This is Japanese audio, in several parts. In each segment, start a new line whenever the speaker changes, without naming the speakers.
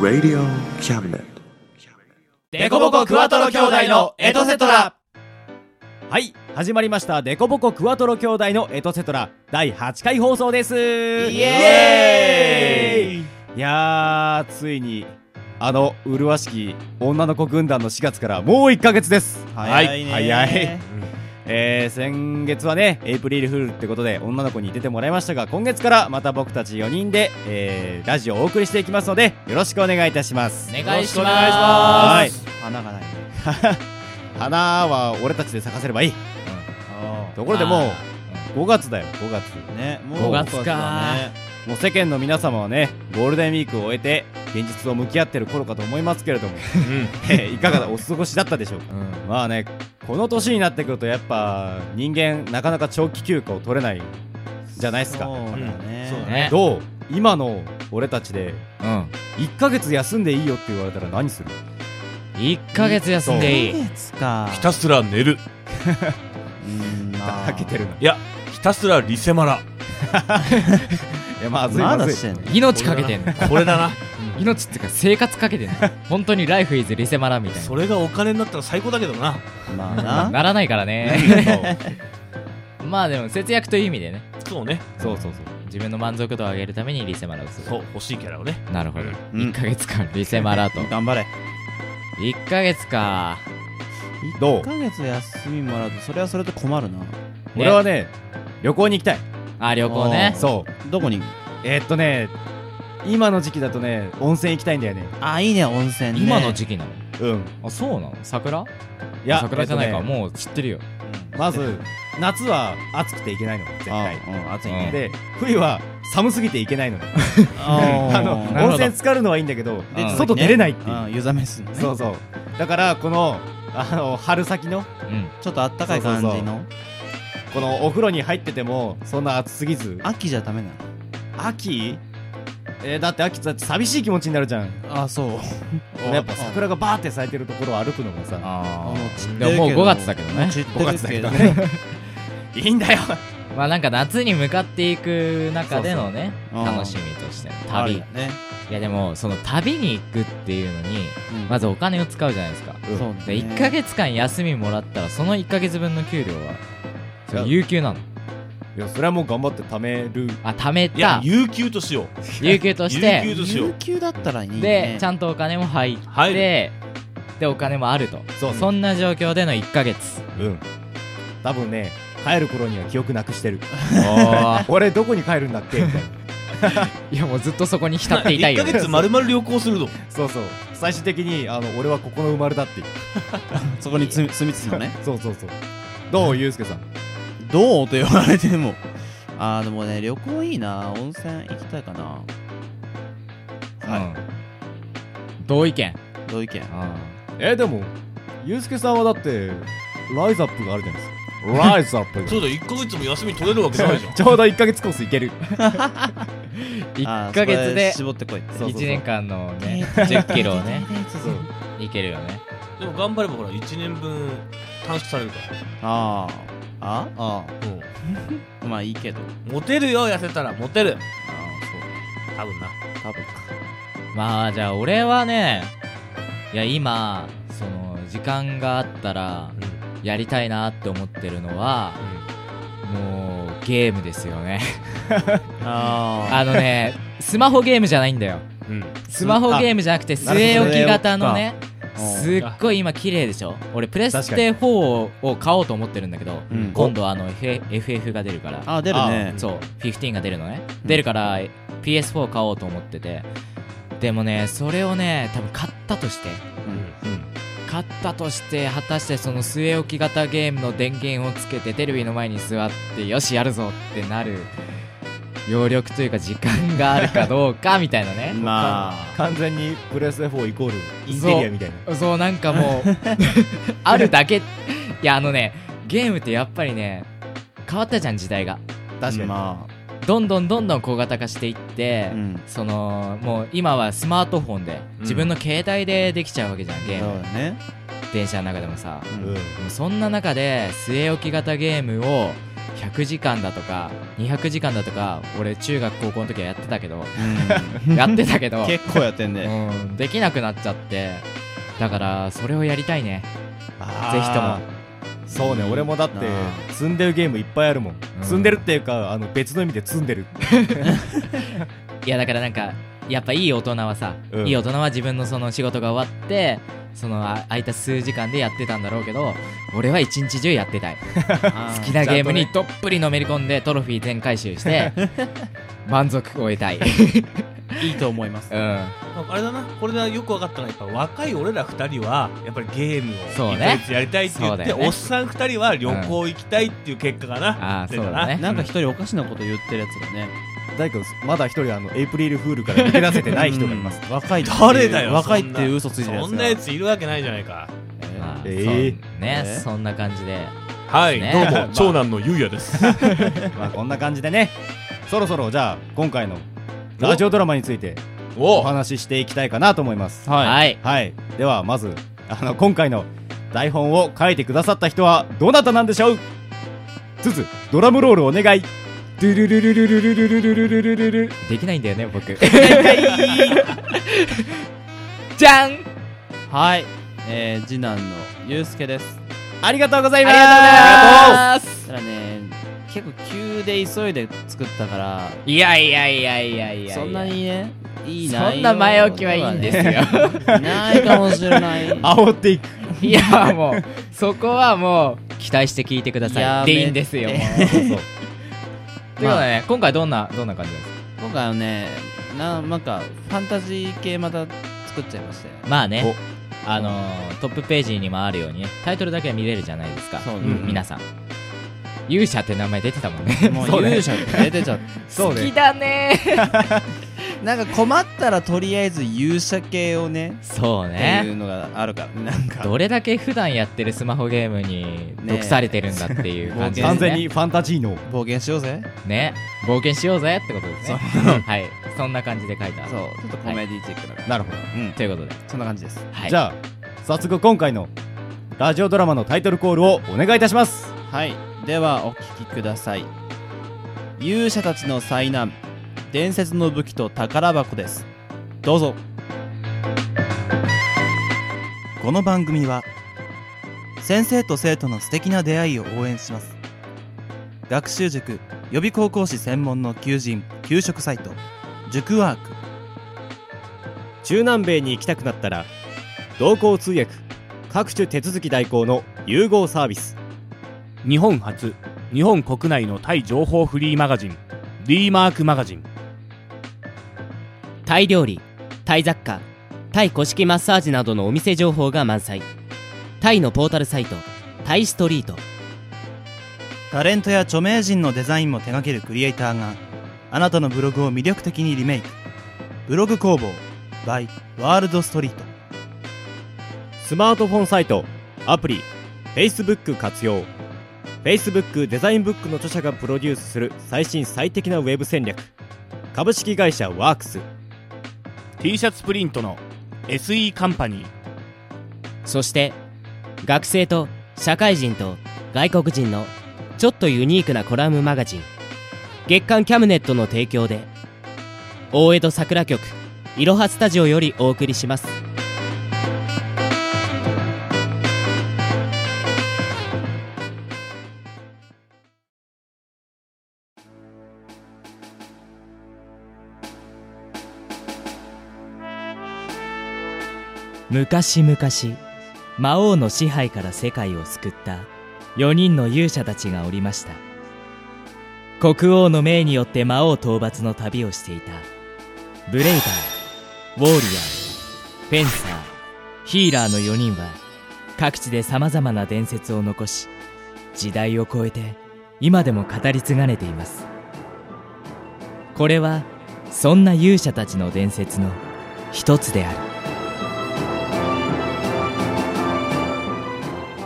Radio Cabinet.
デコボコクワトロ兄弟のエトセトラはい始まりましたデコボコクワトロ兄弟のエトセトラ第8回放送ですイ
エ
ーイいやーついにあの麗しき女の子軍団の4月からもう1ヶ月です
早いね
早いえー、先月はねエイプリルフールってことで女の子に出てもらいましたが今月からまた僕たち4人で、えー、ラジオをお送りしていきますのでよろしくお願いいたします
お願いし
よろしくお願いしま
ます
花がない。
花は俺たちで咲かせればいいところでもう5月だよ5月
ね、も
五月か
もう世間の皆様はねゴールデンウィークを終えて現実を向き合ってる頃かと思いますけれども、 えーいかがお過ごしだったでしょうか、まあねこの年になってくるとやっぱ人間なかなか長期休暇を取れないじゃないですか
そうだね。
そうだね
どう今の俺たちで
うん
1ヶ月休んでいいよって言われたら何する
1ヶ月休んでいい
1ヶ月か。
ひたすら寝る
うん、ま あ
開けてるない
やひたすらリセマラ
いやまずい
ま
ま
だ
ずい
してんの
命かけてんの
これだな
命っていうか生活かけ てんの本当にライフイズリセマラみたい
それがお金になったら最高だけどな
ま
な
あな。
ならないからね まあでも節約という意味でね
そうね
そうそうそう
自分の満足度を上げるためにリセマラをする
そう欲しいキャラをね
なるほど
うん
1ヶ月間リセマラと
頑張れ。
1ヶ月か
どう
1ヶ月休みもらうと、それはそれで困るな。
ね
俺はね旅行に行きたい
あ旅行ね
そう
どこに
えーっとね今の時期だとね温泉行きたいんだよね
あ、いいね、温泉ね。
今の時期なの
うん
あそうなの桜
い
いや桜じゃない
え
か
っとね
もう知ってるよ
まず夏は暑くて行けないの絶
あ
対
うん、暑い
うん
ね。
で冬は寒すぎて行けないのねあ
あ
の
なるほ
温
ど
泉浸かるのはいいんだけど
で
うん
外出れないっていう
あ湯冷めすんのね。
そうそうだからこのあの春先の
うん
ちょっとあったかい感
そ
じ
うそう
の。
このお風呂に入っててもそんな暑すぎず
秋じゃダメなの
秋えーだって秋だって寂しい気持ちになるじゃん
あ、そう。
やっぱ桜がバーって咲いてるところを歩くのもさ
あ
もう散っ
あ
てる
でももう5月だけどね
知って
5
る
月だ
け
け
ど
ど
ね。
ねいいんだよ
まあなんか夏に向かっていく中でのね
そうそううん
楽しみとしての
ある
旅
よね。
いやでもその旅に行くっていうのに
うん
まずお金を使うじゃないですか
そうだね
で1ヶ月間休みもらったらその1ヶ月分の給料はそれ
いや
有給なの
いやそれはもう頑張って貯める
あ貯め
いや
た
有給としよ
有給と
う
して
有給としよ
有
う
給だったらいいね。
でちゃ
ん
んとお金も入っ
入
てでお金もあると
そう
そんな状況での1ヶ月
うん多分ね帰る頃には記憶なくしてる
お
俺どこに帰るんだっけみたいな
いやもうずっとそこに浸っていたいよ
1ヶ月まるまる旅行するの
そうそう最終的にあの俺はここの生まれだっていう
そこに積み積みつつのね。
そうそうそうどうゆうすけさん
どうと言われても ああでもね旅行いいな温泉行きたいかな
うん同意見
どういう意見
えでもゆうすけさんはだってライズアップがあるじゃないですかライズアップ
そうだ1ヶ月も休み取れるわけないじゃん
ちょうど1ヶ月コースいける
1ヶ月で
絞ってこいって
そう
1年間のね10キロをね
そう
いけるよね
でも頑張ればほら1年分短縮されるから
あああ
う
ああまあいいけど
んモテるよ痩せたらモテる
ああ
多分な
そう多分か
まあじゃあ俺はねいや今その時間があったらやりたいなって思ってるのはもうゲームですよね
あ
あのねスマホゲームじゃないんだよ
うんうん
スマホゲームじゃなくて
なる
据え
ほど
置き型のね
据え置きか
すっごい今綺麗でしょ俺プレス
確か
テ4を買おうと思ってるんだけど、
うん
今度あの F- FF が出るから
ああ出るね
そう15が出るのね、
うん
出るから PS4 買おうと思っててでもねそれをね多分買ったとして
うん
買ったとして果たしてその据え置き型ゲームの電源をつけてテレビの前に座ってよしやるぞってなる余力というか時間があるかどうかみたいなね
まあ
完全にプレステ4イコールインテリアみたいな
そうなんかもうあるだけいやあのねゲームってやっぱりね変わったじゃん時代が
確かに、
ま
どんどんどんどん小型化していって、
あうん
そのもう今はスマートフォンで
ん
自分の携帯でできちゃうわけじゃん、ゲ
そう
ーム
だね
電車の中でもさ
う
うん
ん
そんな中で据え置き型ゲームを100時間だとか200時間だとか俺中学高校の時はやってたけど
う
やってたけど
ん、結構やってんね
うん、できなくなっちゃってだからそれをやりたいねぜひとも
そうね、俺もだって
な
積んでるゲームいっぱいあるもん、
うん
積んでるっていうかあの別の意味で積んでる
いやだからなんかやっぱいい大人はさ、
うん
いい大人は自分のその仕事が終わってそのあ空いた数時間でやってたんだろうけど俺は一日中やってたい 好きなゲームにどっぷりのめり込んでトロフィー全回収して満足を得たい、
いいと思います
うん、
まああれだなこれでよく分かったのはやっぱ若い俺ら二人はやっぱりゲーム
そ
を
う
い
ね
かいつやりたいって言
そう
っ
だ
て
よね
おっさん二人は旅行行きたいっていう結果がな、
ああ
出
そ
た
う
な
だね
なんか一人おかしなこと言ってるやつがね、
大君まだ一人あのエイプリルフールから抜け出せてない人がいます
若いっていう
誰だよ
若いっ
そんな
ていう嘘ついてるやつ
そんなやついるわけないじゃないか
まあ
えー
そうね、
えー
そんな感じで
はい、
ね
どうも、
まあ
長男のゆうやです
まあこんな感じでねそろそろじゃあ今回のラジオドラマについてお
おう
話ししていきたいかなと思います
はい、
はいではまずあの今回の台本を書いてくださった人はどなたなんでしょうつつドラムロールお願いドゥルルルルルルルルルルルルル
できないんだよね僕じゃん
はい、えー、次男のゆうすけです
ありがとうござい
あり
ます
がとうございます
ただね結構急で急いで作ったから
いやいやいやいやいやいや
そんなにねいい
そんな前置きはいいんですよ
よ ないかもしれない
煽っていく
いやもうそこはもう期待して聞いてください
や
で
めて
いいんですよもうということ
まあ
でね今回どんなどんな感じなんですか
今回はねななんかファンタジー系また作っちゃいまして
まあねあのートップページにもあるようにねタイトルだけは見れるじゃないですか
そうね
ん皆さん勇者って名前出てたもんね
も
そう
う
ね
勇者って出てちゃっ
そうね
だね
てなんか困ったらとりあえず勇者系をね
そう
ってい
ね
うのがあるからなんか
どれだけ普段やってるスマホゲームに毒されてるんだっていう感じですね
完全にファンタジーノ
冒険しようぜ
ね冒険しようぜってことですね はいそんな感じで書いた
そうちょっとコメディチックな、
なるほど
うん
ということで
そんな感じです
はい
じゃあ早速今回のラジオドラマのタイトルコールをお願いいたします
はいではお聞きください勇者たちの災難伝説の武器と宝箱ですどうぞ
この番組は先生と生徒の素敵な出会いを応援します学習塾予備高校士専門の求人・給食サイト塾ワーク
中南米に行きたくなったら同行通訳各種手続き代行の融合サービス
日本初日本国内のタイ情報フリーマガジン D マークマガジン
タイ料理タイ雑貨タイ古式マッサージなどのお店情報が満載タイのポータルサイトタイストリート
タレントや著名人のデザインも手掛けるクリエイターがあなたのブログを魅力的にリメイクブログ工房 by ワールドストリート
スマートフォンサイトアプリ Facebook 活用 Facebook デザインブックの著者がプロデュースする最新最適なウェブ戦略株式会社ワークス
T シャツプリントの SE カンパニー
そして学生と社会人と外国人のちょっとユニークなコラムマガジン月刊キャムネットの提供で大江戸桜局いろはスタジオよりお送りします昔々魔王の支配から世界を救った4人の勇者たちがおりました国王の命によって魔王討伐の旅をしていたブレイバーウォーリアーフェンサーヒーラーの4人は各地で様々な伝説を残し時代を超えて今でも語り継がれていますこれはそんな勇者たちの伝説の一つである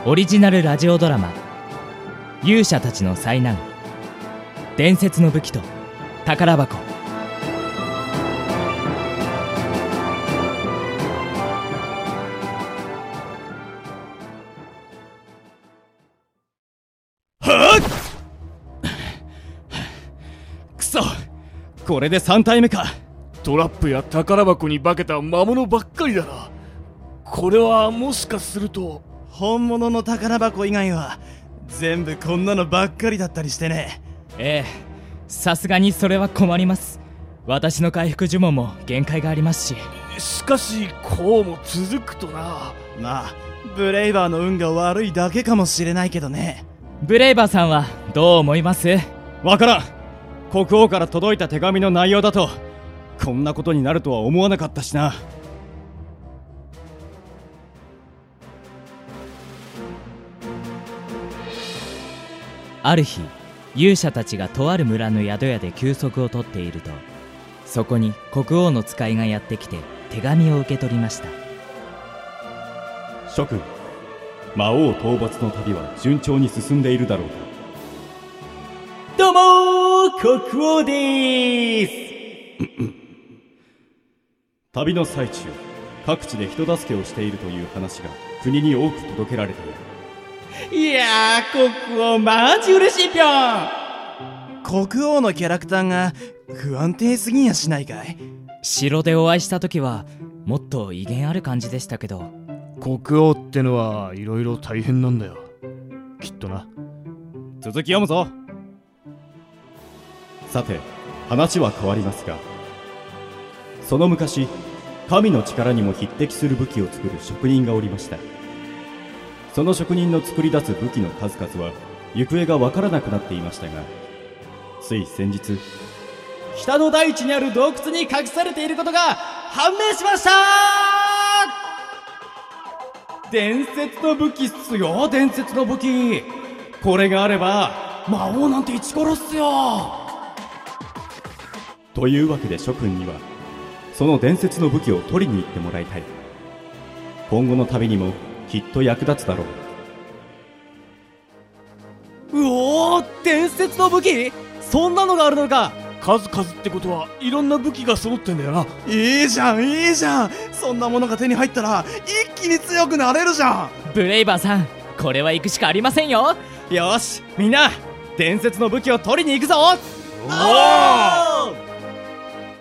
オリジナルラジオドラマ「勇者たちの災難」伝説の武器と宝箱
そこれで3体目か
トラップや宝箱に化けた魔物ばっかりだなこれはもしかすると
本物の宝箱以外は全部こんなのばっかりだったりしてね
ええさすがにそれは困ります私の回復呪文も限界がありますし
しかしこうも続くとな
まあブレイバーの運が悪いだけかもしれないけどね
ブレイバーさんはどう思います
わからん国王から届いた手紙の内容だとこんなことになるとは思わなかったしな
ある日勇者たちがとある村の宿屋で休息をとっているとそこに国王の使いがやってきて手紙を受け取りました
諸君魔王討伐の旅は順調に進んでいるだろうか
どうもー国王でーす
旅の最中各地で人助けをしているという話が国に多く届けられている
いやー国王マジ嬉しいぴょん
国王のキャラクターが不安定すぎんやしないかい
城でお会いした時はもっと威厳ある感じでしたけど
国王ってのはいろいろ大変なんだよきっとな
続き読むぞさて話は変わりますがその昔神の力にも匹敵する武器を作る職人がおりましたその職人の作り出す武器の数々は行方がわからなくなっていましたがつい先日北の大地にある洞窟に隠されていることが判明しました伝説の武器っすよ伝説の武器これがあれば魔王なんてイチコロっすよというわけで諸君にはその伝説の武器を取りに行ってもらいたい今後の旅にもきっと役立つだろううおー伝説の武器そんなのがあるのか
数々ってことはいろんな武器が揃ってんだよない
いじゃんいいじゃんそんなものが手に入ったら一気に強くなれるじゃん
ブレイバーさんこれは行くしかありませんよ
よしみんな伝説の武器を取りに行くぞっ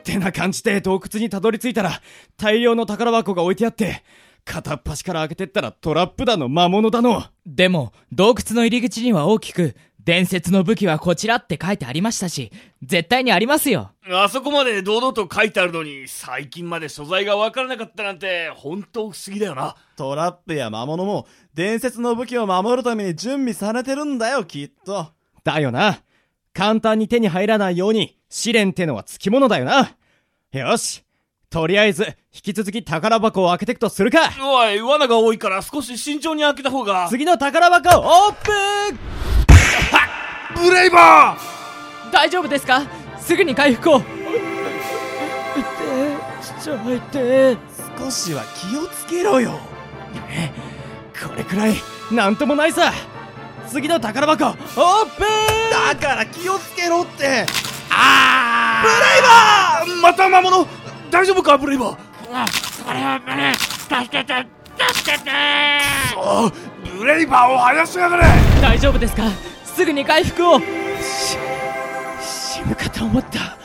てな感じで洞窟にたどり着いたら大量の宝箱が置いてあって片っ端から開けてったらトラップだの魔物だの
でも洞窟の入り口には大きく伝説の武器はこちらって書いてありましたし絶対にありますよ
あそこまで堂々と書いてあるのに最近まで所在がわからなかったなんて本当不思議だよな
トラップや魔物も伝説の武器を守るために準備されてるんだよきっと
だよな簡単に手に入らないように試練ってのはつきものだよなよしとりあえず引き続き宝箱を開けてくとするか
おい罠が多いから少し慎重に開けた方が
次の宝箱をオープン
ブレイバー
大丈夫ですかすぐに回復を痛えちょいて
少しは気をつけろよ
これくらいなんともないさ次の宝箱オープン
だから気をつけろって
また魔物大丈夫かブレイバーこれは無理助けて助けてそうブレイバーを生やしやがれ
大丈夫ですかすぐに回復を
死ぬかと思った。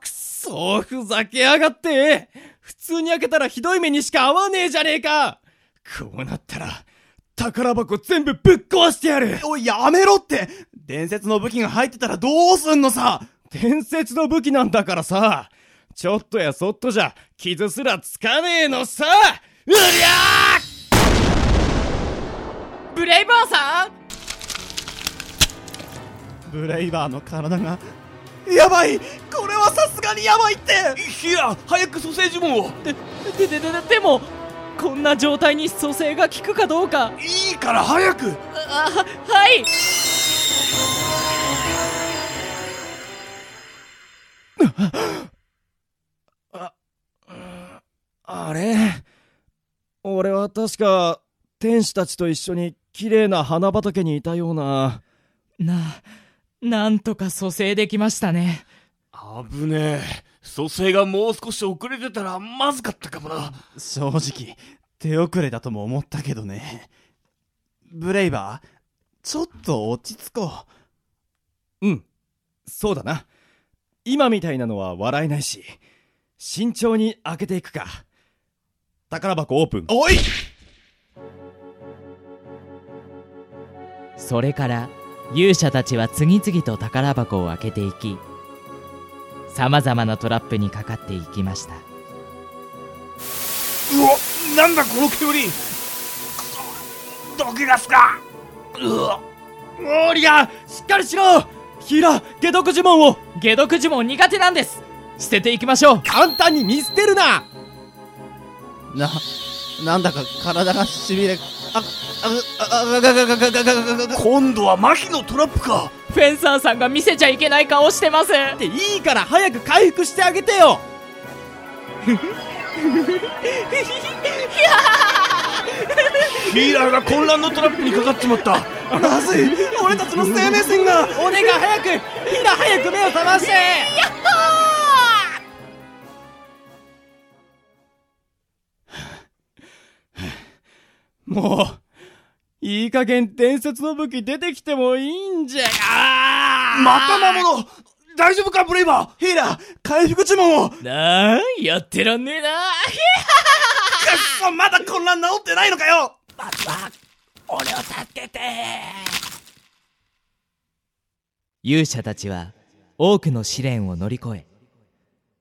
くそ、ふざけやがって普通に開けたらひどい目にしか合わねえじゃねえかこうなったら、宝箱全部ぶっ壊してやる
おいやめろって伝説の武器が入ってたらどうすんのさ
伝説の武器なんだからさちょっとやそっとじゃ、傷すらつかねえのさうりゃ
ブレイバーさん
ブレイバーの体がやばいこれはさすがにやばいって
いや早く蘇生呪文を
でででででもこんな状態に蘇生が効くかどうか
いいから早く
あははい
あれ俺は確か、天使たちと一緒に綺麗な花畑にいたような。
ななんとか蘇生できましたね
危ねえ蘇生がもう少し遅れてたらまずかったかもな
正直手遅れだとも思ったけどねブレイバーちょっと落ち着こう
うん。そうだな今みたいなのは笑えないし慎重に開けていくか宝箱オープン
おい
それから勇者たちは次々と宝箱を開けていきさまざまなトラップにかかっていきまし
う
た
わなんだこの煙毒ガスかうわ
オーリアしっかりしろヒーラー解毒呪文を
解毒呪文苦手なんです捨てていきましょう
簡単に見捨てるな
な、なんだか体がしびれ、あ、あ、あ、あ、あ、ががががががががが
今度は麻痺のトラップか
フェンサーさんが見せちゃいけない顔してます
っていいから早く回復してあげてよ
ヒーラーが混乱のトラップにかかっちまった
まずい俺たちの生命線がお願い早くヒーラー早く目を覚まして もういい加減伝説の武器出てきてもいいんじゃ
また魔物大丈夫かブレイバーヒーラー回復呪文をくっ
なあやってらんねえな
そまだ混乱治ってないのかよ
勇者たちは多くの試練を乗り越え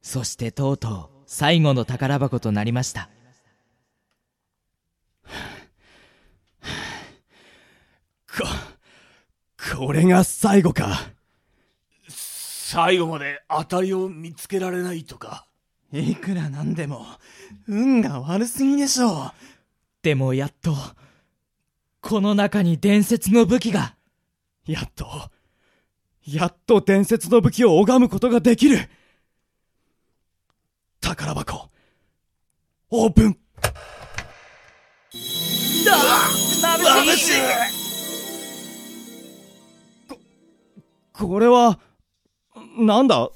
そしてとうとう最後の宝箱となりました
これが最後か
最後まで当たりを見つけられないとか
いくらなんでも運が悪すぎでしょ
でもやっとこの中に伝説の武器が
やっとやっと伝説の武器を拝むことができる宝箱オープンここれはなんだ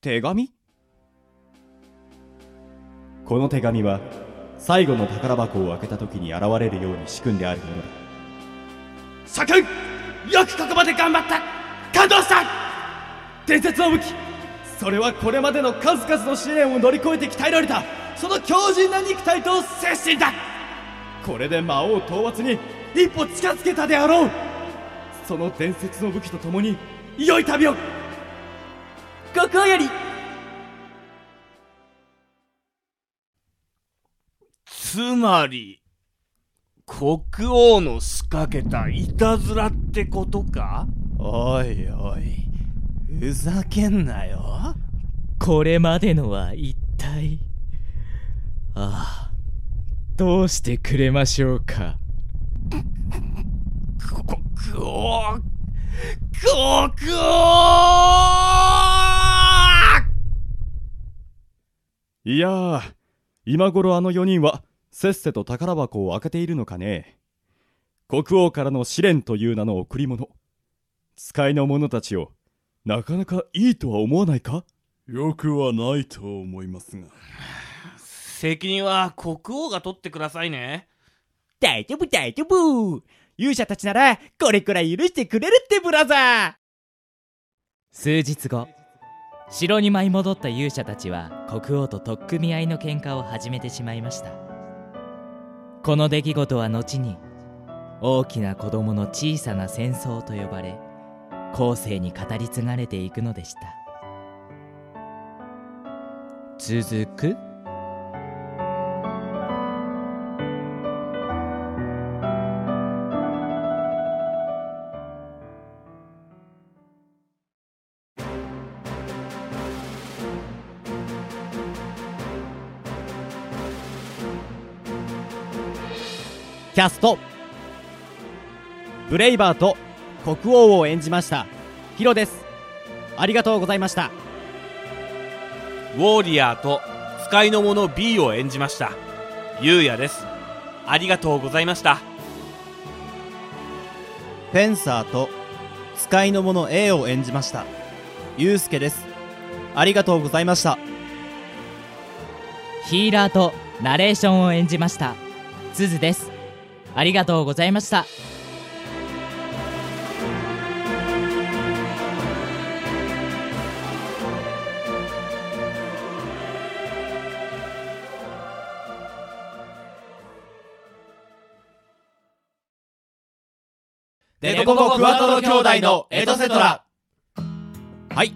手紙この手紙は最後の宝箱を開けた時に現れるように仕組んであるものだ諸君よくここまで頑張った感動した伝説の武器それはこれまでの数々の試練を乗り越えて鍛えられたその強靭な肉体と精神だこれで魔王討伐に一歩近づけたであろうその伝説の武器とともに良い旅をここより
つまり国王の仕掛けたいたずらってことか
おいおいふざけんなよ
これまでのは一体ああどうしてくれましょうか
国王国王
いやー今頃あの4人はせっせと宝箱を開けているのかね国王からの試練という名の贈り物使いの者たちをなかなかいいとは思わないか
よくはないと思いますが。
責任は国王が取ってくださいね
大丈夫大丈夫勇者たちならこれくらい許してくれるってブラザー
数日後城に舞い戻った勇者たちは国王と取っ組み合いの喧嘩を始めてしまいましたこの出来事は後に大きな子供の小さな戦争と呼ばれ後世に語り継がれていくのでした続く
キャストブレイバーと国王を演じましたヒロですありがとうございました
ウォーリアーと使いの者 B を演じましたゆうやですありがとうございました
フェンサーと使いの者 A を演じましたゆうすけですありがとうございました
ヒーラーとナレーションを演じました鈴ですありがとうございました
デコボコクワトロ兄弟のエトセトラはい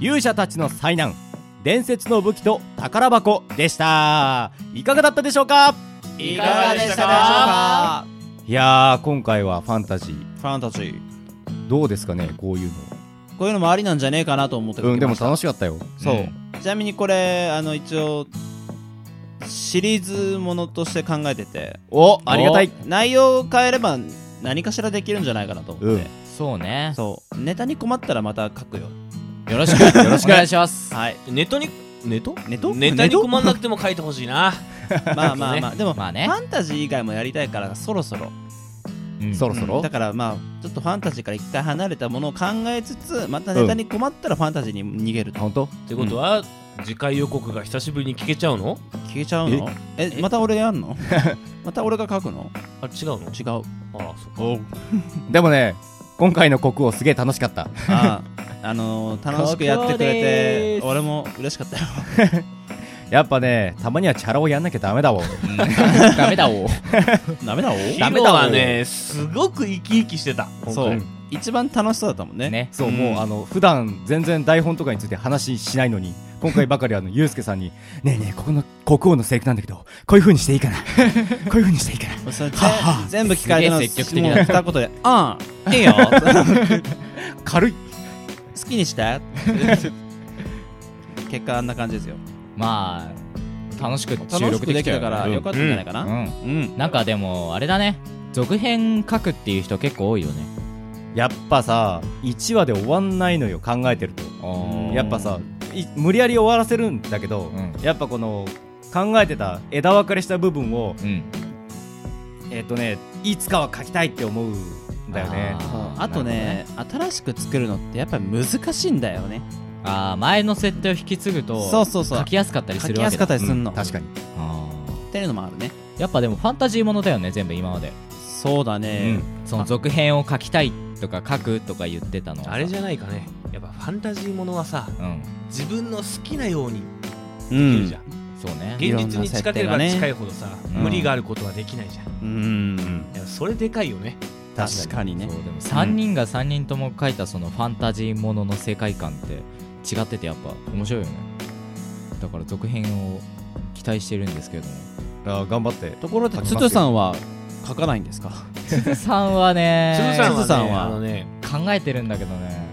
勇者たちの災難伝説の武器と宝箱でしたいかがだったでしょうか
いかがでしたか
いやー今回はファンタジー
ファンタジー
どうですかねこういう
こういうのもありなんじゃねえかなと思って
のうんでも
も
楽しかったよ
そう、
ん
ちなみにこれあの一応シリーズものとして考えてて
おありがたい
内容を変えれば何かしらできるんじゃないかなと思って、
うん
そうね
そうネタに困ったらまた書くよ
よろしくよろしくお願いします
はい
ネットにネト
ネト
ネタに困んなくても書いてほしいな
まあまあまあでも、
まあね
ファンタジー以外もやりたいからそろそろ
そろそ
うん
ろ
だからまあちょっとファンタジーから一回離れたものを考えつつまたネタに困ったらファンタジーに逃げると、
本当
ってことは、次回予告が久しぶりに聞けちゃうの
消えちゃうのえまた俺 やんのまた俺が書くの
あ違うの
違う
ああそっか
でもね今回の国王すげえ楽しかった
あああのー、楽しくやってくれて俺も嬉し かったよ
やっぱねたまにはチャラをやんなきゃダメだわ
ダメだお
ダメだお
ヒ
ダメ
ロ
だわ
はねすごく生き生きしてた
そ
今
う一番楽しそうだったもんね
ね
そう、もうあの普段全然台本とかについて話しないの に今回ばかりあのユうスケさんに「ねえねえここの国王のセリフなんだけどこういう風にしていい かなこういう風にしていいかな
それぜ
はあはあ
全部聞かれてるの
すげえ積極的だ
もう二言で「あ あいいよ
軽い
好きにして」 結果あんな感じですよ
まあ楽しく収
楽し
録
く
で
で
き
き
た
た
か
かららよかったんじゃないかな、
うん
うん
なんかでもあれだね続編書くっていう人結構多いよね
やっぱさ1話で終わんないのよ考えてるとやっぱさい無理やり終わらせるんだけど、
う
やっぱこの考えてた枝分かれした部分を
うん
えっ、とねいつかは書きたいって思うんだよね
そう
あー
あとね新しく作るのってやっぱ難しいんだよね
あー前の設定を引き継ぐと
そうそうそう
書きやすかったり
書
す
き
るわ
や
け
すかっ
だ
たりすんの、っ
確かに
あ
ていうのもあるね
ーやっぱでもファンタジーものだよね全部今まで
そうだね、
その続編を書きたいとか書くとか言ってたのはさ
あれじゃないかねやっぱファンタジーものはさ
うん
自分の好きなように
う
できるじゃん、
そうね
現実に近ければ近いほどさ、
うん
無理があることはできないじゃん
うん
いやそれでかいよね
確かにね
そうでも3人が3人とも書いたそのファンタジーものの世界観って違っててやっぱ面白いよねだから続編を期待してるんですけれども
あー頑張って
ところで
書きます
つ
よ
つさんは書かないんですか
鈴さんはね
鈴さんは,、ね、
鈴さんは
あのね
考えてるんだけどね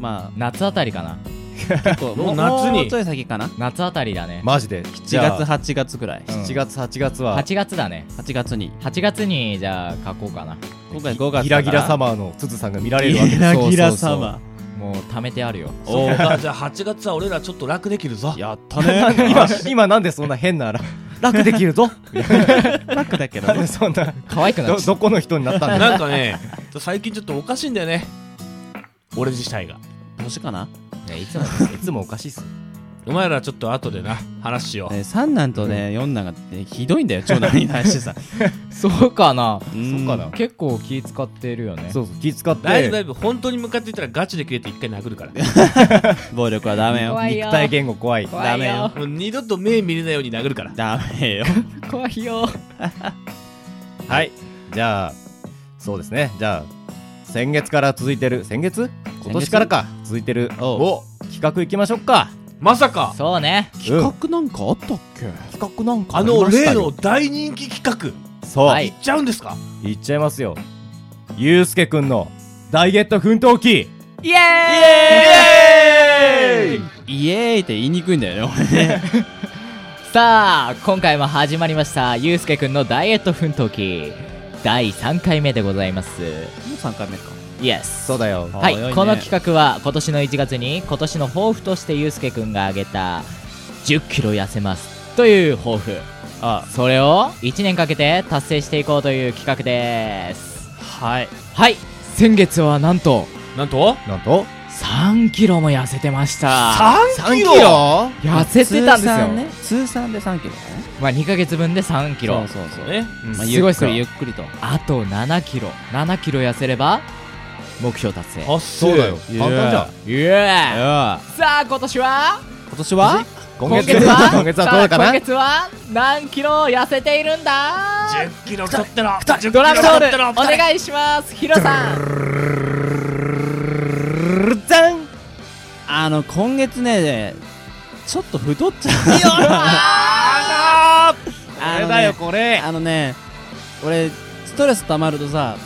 ま
夏あたりかな
あ結構
もう夏に
もうちょい先かな
夏あたりだね、
マジで
7月
8
8月ぐらい
うん
月8月は
8月だね
8月に
8月にじゃあ書こうかな
今回5月
ギラギラサ
様
マーのつつさんが見られるわけ
ギ
で
ラ
す
ギラ
そうそう
様
もう貯めてあるよ
そうかじゃあ8月は俺らちょっと楽できるぞ
やったね
今今なんでそんな変な あら楽できるぞ
楽だけど
なんで そんな
可愛くなっ
ど
ちゃっ
どこの人になったんだ
なんかね最近ちょっとおかしいんだよね俺自体が
年かな
たいやいつも
いつもおかしいっす
お前らちょっと後でな話しよう、
ね三男とね四男がねひどいんだよ長男に対してさ
そうかな
そうかな
結構気使ってるよね
そうそう気使って
大丈夫大丈夫本当に向かっていったらガチで切れて一回殴るからも
暴力はダメよ
怖いよ
肉体言語怖い
怖いよ
ダ
う二度と目見れないように殴る から
ダメよ
怖いよ
はいじゃあそうですねじゃあ先月から続いてる先月今年からか続いてるを企画いきましょうか
まさか
そうね
企
画なんかあったっけ
企画なんか
あの例の大人気企
そう、
はい
画いっちゃうんですか
いっちゃいますよゆうすけくんのダイエット奮闘記
イエ
イエーイって言いにくいんだよね俺ね
ーイさあ今回も始まりましたゆうすけくんのダイエット奮闘記第3回目でございます
もう3回目か
イエス
そうだよ
はい、
早いね
この企画は今年の1月に今年の抱負としてゆうすけくんが挙げた1 0キロ痩せますという抱負
あ
それを1年かけて達成していこうという企画です
はい
はい先月はなんと
なんと
なんと
3キロも痩せてました
3
3
キ
キ
ロ
ロ
痩せてたんですよ、
通算で3キロね
まあ、2ヶ月分で3キロ
そうそうそう
ね
まあ
ゆ
す
っくり
ごいっすよ
ゆっくりと
あと7キロ7キロ痩せれば目標達成
あ
そうだよ簡単じゃん
イエーイさあ今年は
今年は
今
今月は今月はどうか
さあ今
な
月は何キロ痩せているんだ
10キロ太ってろ10キロ
ドラムロ
太ってろ
ールお願いしますヒロさん
あの今月ねちょっと太っち ゃうあのね
これ
あのね俺ストレス溜まるとさ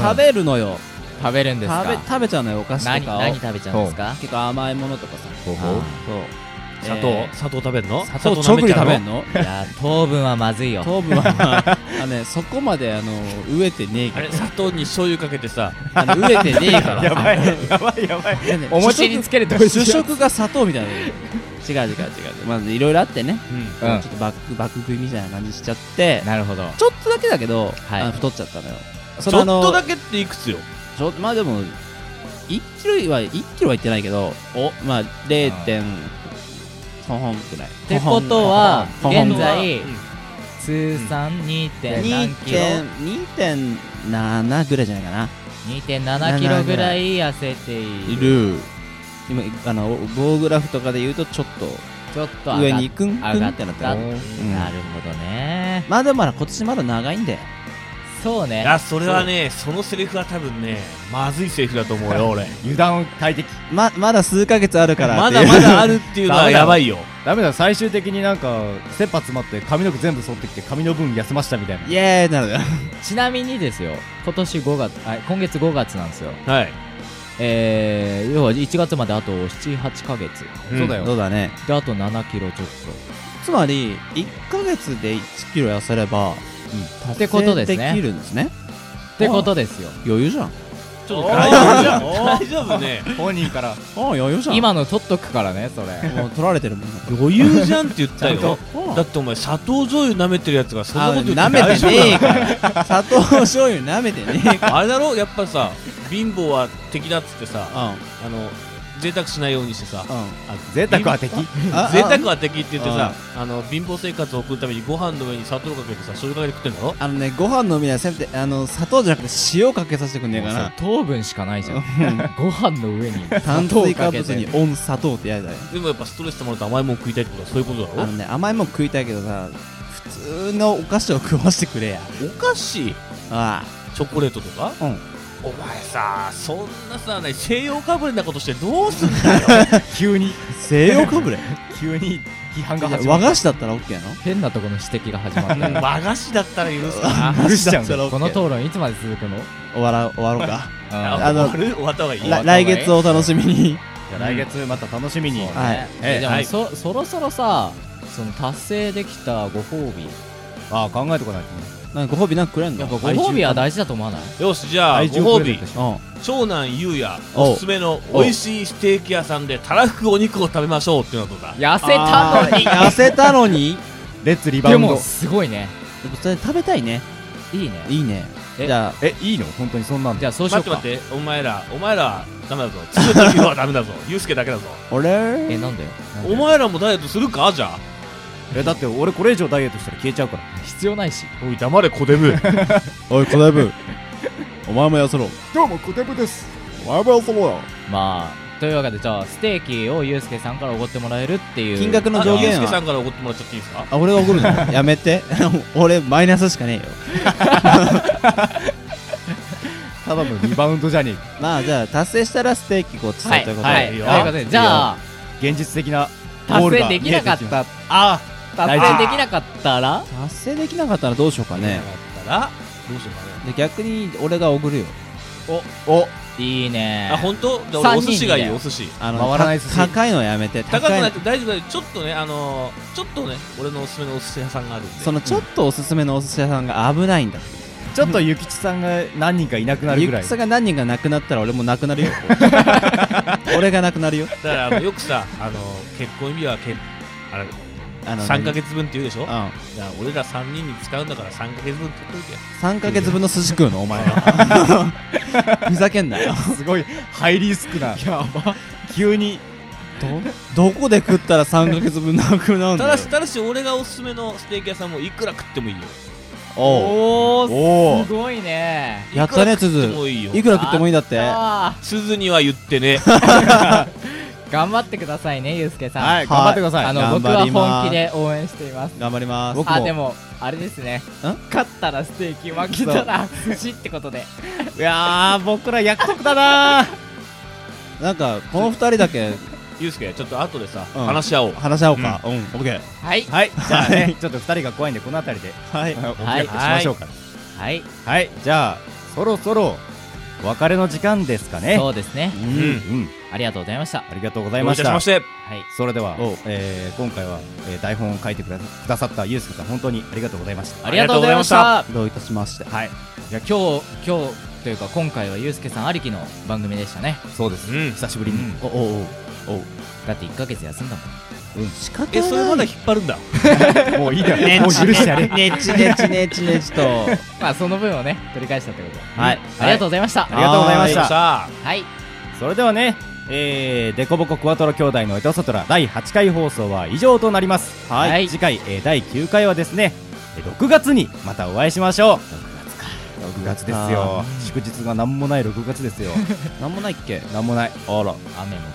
食べるのよ、
食べるんです
食べ
か
食べちゃうのよお菓子
何
とかを
何食べちゃうんですか
結構甘いものとかさ
ほうほう
あーそう
砂糖、
え
砂糖食べんの
ー砂糖ちょくり食べんの
いや糖分はまずいよ
糖分は、まあ、あのねそこまであの飢えてねえ
あ
か
れ砂糖に醤油かけて さ
らあの飢えてねえから
やばいやばいやばい
いやね
お餅につけると美味しい
主食が砂糖みたいな違う違う違うまずいろいろあってね、
うん
ちょっとバックバック食いみたいな感じしちゃって
なるほど
ちょっとだけだけど、
はい
あの太っちゃったのよ
ちょっとだけっていくつよ
ちょまあでも1キロは1キロはいってないけどおまあ0点ほほんくらいっ
ってことは
ほほん
現在
うん
通算 2. 何キロ
2.7ぐらいじゃないかな
2.7キロぐらい痩せてい
い
る
る今あの棒グラフとかで言うとちょっ
ちょっと
と
上
上
がっ
にくんくん
上が
っ
って
なった
な
た
るほどね
まあでもまだ今年まだ長いんで
そう
い
ね
やそれはねそのセリフは多分ねまずいセリフだと思うよ俺
油断大敵
ままだ数ヶ月あるから
ま
ってい
だま
う
だあるっていうのはやばいよ
ダメだ最終的になんか切羽詰まって髪の毛全部剃ってきて髪の分痩せましたみたいな
イエーイな のよ
ちなみにですよ今年5月あ今月5月なんですよ
はい
えー、要は1月まであと78ヶ月
そうだよ
そうだね
であと7キロちょっ
つまり1ヶ月で1キロ痩せれば、うん、
ってことですね
きるんですね
とってことですよ
余裕じゃん
ちょっと大丈夫じゃん大丈夫ね
本人から
ああ余裕じ
今の取っとくからねそれ
もう取られてるもんだから
余裕じゃんって言ったよ
うん
だってお前砂糖醤油舐めてるやつがそんな
あ
こと言って
舐めてねえから 砂糖醤油舐めてねえか
あれだろやっぱさ貧乏は敵だっつってさあ
ら
の贅沢しないようにしてさ
うんうん
贅沢は敵
あ
贅沢は敵って言ってさあの貧乏生活を送るためにご飯の上に砂糖かけてさ醤油かけて食ってんだろ
ああのねご飯のみはせめてあの砂糖じゃなくて塩かけさせてくんねえかな
糖分しかないじゃんご飯の上に
炭
糖
水
か
化
け
物
て
に温砂糖ってやだよ
でもやっぱストレス溜まると甘いもん食いたいってことはそういうことだ
あ
ろ
のね甘いもん食いたいけどさ普通のお菓子を食わしてくれや
お菓子
あ
チョコレートとか
うん
お前さそんなさね西洋かぶれなことしてどうすん だ
急に
あ西洋かぶれ
急に批判が始ま
和
る
菓子だったら OK なの
変なとこの指摘が始まっ
よ
た
和菓子だったら許すか
許しちゃうんだ
この討論いつまで続くの
終わら終わろうか
あ
あの
終わる終わった方がいい
ら来月をお楽しみに
じゃあ来月また楽しみに
はい
ええ
で
は
も
い
そそろそろさその達成できたご褒美
ああ考えてこないとね
なんかご褒美なんかくれんの
やっぱご褒美は大事だと思わない
よしじゃあ
愛情
ご褒
プレ
美
ゼントし
うん
長男ゆうや
おう
おすすめの美味しいステーキ屋さんでたらふくお肉を食べましょうっていうのはどう
痩
だ
せたのに
痩せたのに
レッツリバ
で
ウン
も
ド
すごいね
でもそれ食べたいね
いいね
いいね
え
じゃ
えいいの本当にそんなん
じゃあそうしよ
待
う
って
か
待ってお前らお前らはダメだぞつる時はダメだぞゆうすけだけだぞ
あ俺
えなんだよ
お前らもダイエットするかじゃあ
えだって俺これ以上ダイエットしたら消えちゃうから
必要ないし
おい黙れ小デブ
おい小田 部お前も痩せろ
どうも、コテブです。ワーバーソロだ。
まあというわけでじゃあステーキをユうスケさんからおごってもらえるっていう
金額の上
ゆう
限
すけさ
は
んから怒ってもらっちゃっていいですか
あ俺が怒るのやめて 俺マイナスしかねえよ
ただのリバウンドじゃねえか
まあじゃあ達成したらステーキごちそうと
はいいう
ことで、
はいと
い
い
よ
うことでじゃあ
現実的なゴ
達
ールが
成できなかっ
見えてき
た
あ
達成できなかったら
達成できなかったらどうしようかね
だらどうしようかね
で逆に俺がおごるよ
いいね
あ本当じゃあ俺お
三人
寿司がいい
で
お寿司
あの
回らない寿司
た高いのやめて
高くないくて大丈夫大丈夫ちょっとねあのーちょっとね俺のおすすめのお寿司屋さんがあるんで
そのちょっとおすすめのお寿司屋さんが危ないんだって
ちょっと諭吉さんが何人かいなくなる
ゆ
ぐら
く
い
さが何人が亡くなったら俺も亡くなるよ俺が亡くなるよ
だからあのよくさあのー結婚指輪はけあれ
あの
3ヶ月分って言うでしょ
うん
じゃあ俺ら3人に使うんだから3ヶ月分取っといてよ
3ヶ月分の寿司食うのお前はふざけんなよ
すごいハイリスクな急に
どこで食ったら3ヶ月分なくなるん
た
だ
だ
よ
しただし俺がおすすめのステーキ屋さんもいくら食ってもいいよ
おう
お
お
おすごいね
やったね
いくら食って
つづ
もいいよ
いくら食ってもいいんだって
あ
鈴には言ってね
頑張ってくださいね、ゆうすけさん。
はい頑張ってください
あの、
頑
僕
張
は
ります
本気で応援しています。
頑張ります
あ、でも、あれですね。勝ったらステーキ、負けたら 寿司ってことで。
いやー僕ら約束だなー
なんかこの二人だけ
ゆうすけちょっと後でさ、
うん
話し合おう
話し合おうかうんオッケー
はい。
はいじゃあねちょっと二人が怖いんでこの辺りで
はい
お開きしましょうか
はい。
はいじゃあそろそろお別れの時間ですかね
そうですね。
うんうん
ありがとうございました。
ありがとうござい
どう
ま
い
したた
しまして
はい。
それでは
おう、
えー今回は、えー台本を書いてくだくださったゆうすけさん本当にありがとうございました
ありがとうございました。
どういたしまして
はい
いや、今日、今日というか、今回はゆうすけさんありきの番組でしたね。
そうです、
うん
久しぶりに、
おおお
だって1ヶ月休んだもん。
うん仕方ない
えそれま だ引っ張るんだ
もういいだろもう許してやれ
ねちねちねちねちと
まあ、その分をね、取り返したってことで。
はい
ありがとうございました。
ありがとうございまし
さ
た
あ
はい。
それではね、えー、デコボコクワトロ兄弟のエトサトラ第8回放送は以上となります。はい
はい
次回、えー第9回はですね、えー6月にまたお会いしましょう。6月か。6月ですよ。祝日がなんもない6月ですよ。
なんもないっけ
なんもない。あら、
雨も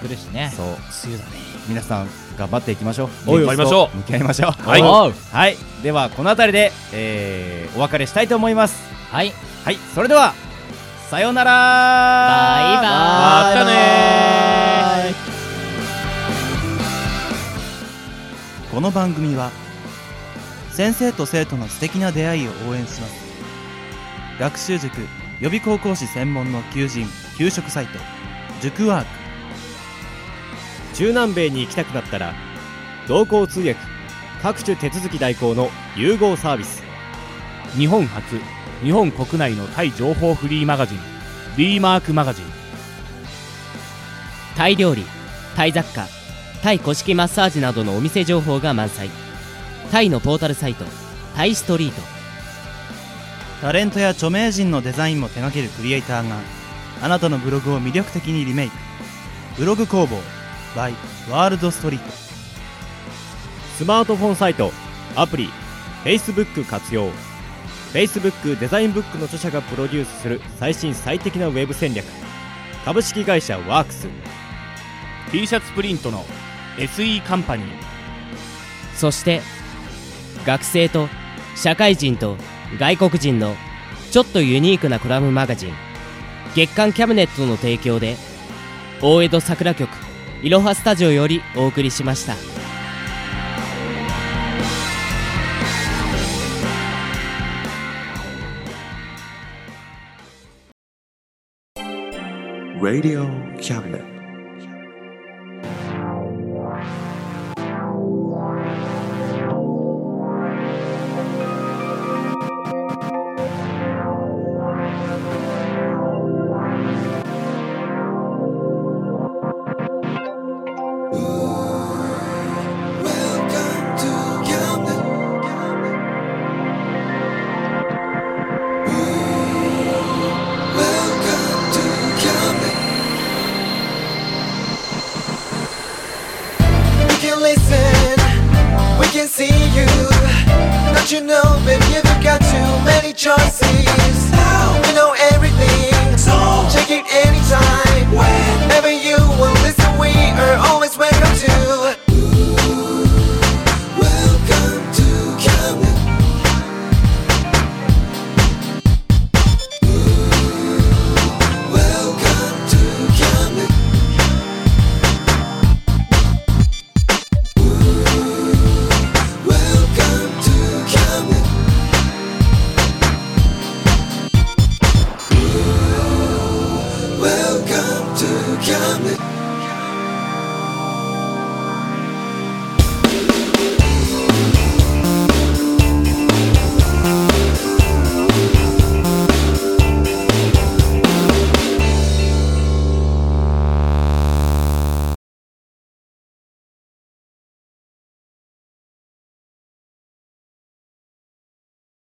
来るしね。
そう。梅雨だね。皆さん、頑張っていきましょう。
頑張りましょ
向き合いましょう。
はい
おう
はい。では、この辺りで、えーお別れしたいと思います。
はい。
はい。それでは、さようなら
バイ
う
バーイ。
またねー
この番組は先生と生徒の素敵な出会いを応援します学習塾予備高校士専門の求人・給食サイト塾ワーク
中南米に行きたくなったら同行通訳各種手続き代行の融合サービス
日本初日本国内のタイ情報フリーマガジン D マークマガジン
タイ料理タイ雑貨タイ古式マッサージなどのお店情報が満載タイのポータルサイトタイストリート
タレントや著名人のデザインも手掛けるクリエイターがあなたのブログを魅力的にリメイクブログ工房 by ワールドストリート
スマートフォンサイトアプリ Facebook 活用 Facebook デザインブックの著者がプロデュースする最新最適なウェブ戦略株式会社ワークス
T シャツプリントの SE カンパニー
そして学生と社会人と外国人のちょっとユニークなコラムマガジン月刊キャビネットの提供で大江戸桜局いろはスタジオよりお送りしました。
Radio Cabinet.
We can listen, we can see you. Don't you know, baby, you've got too many choices.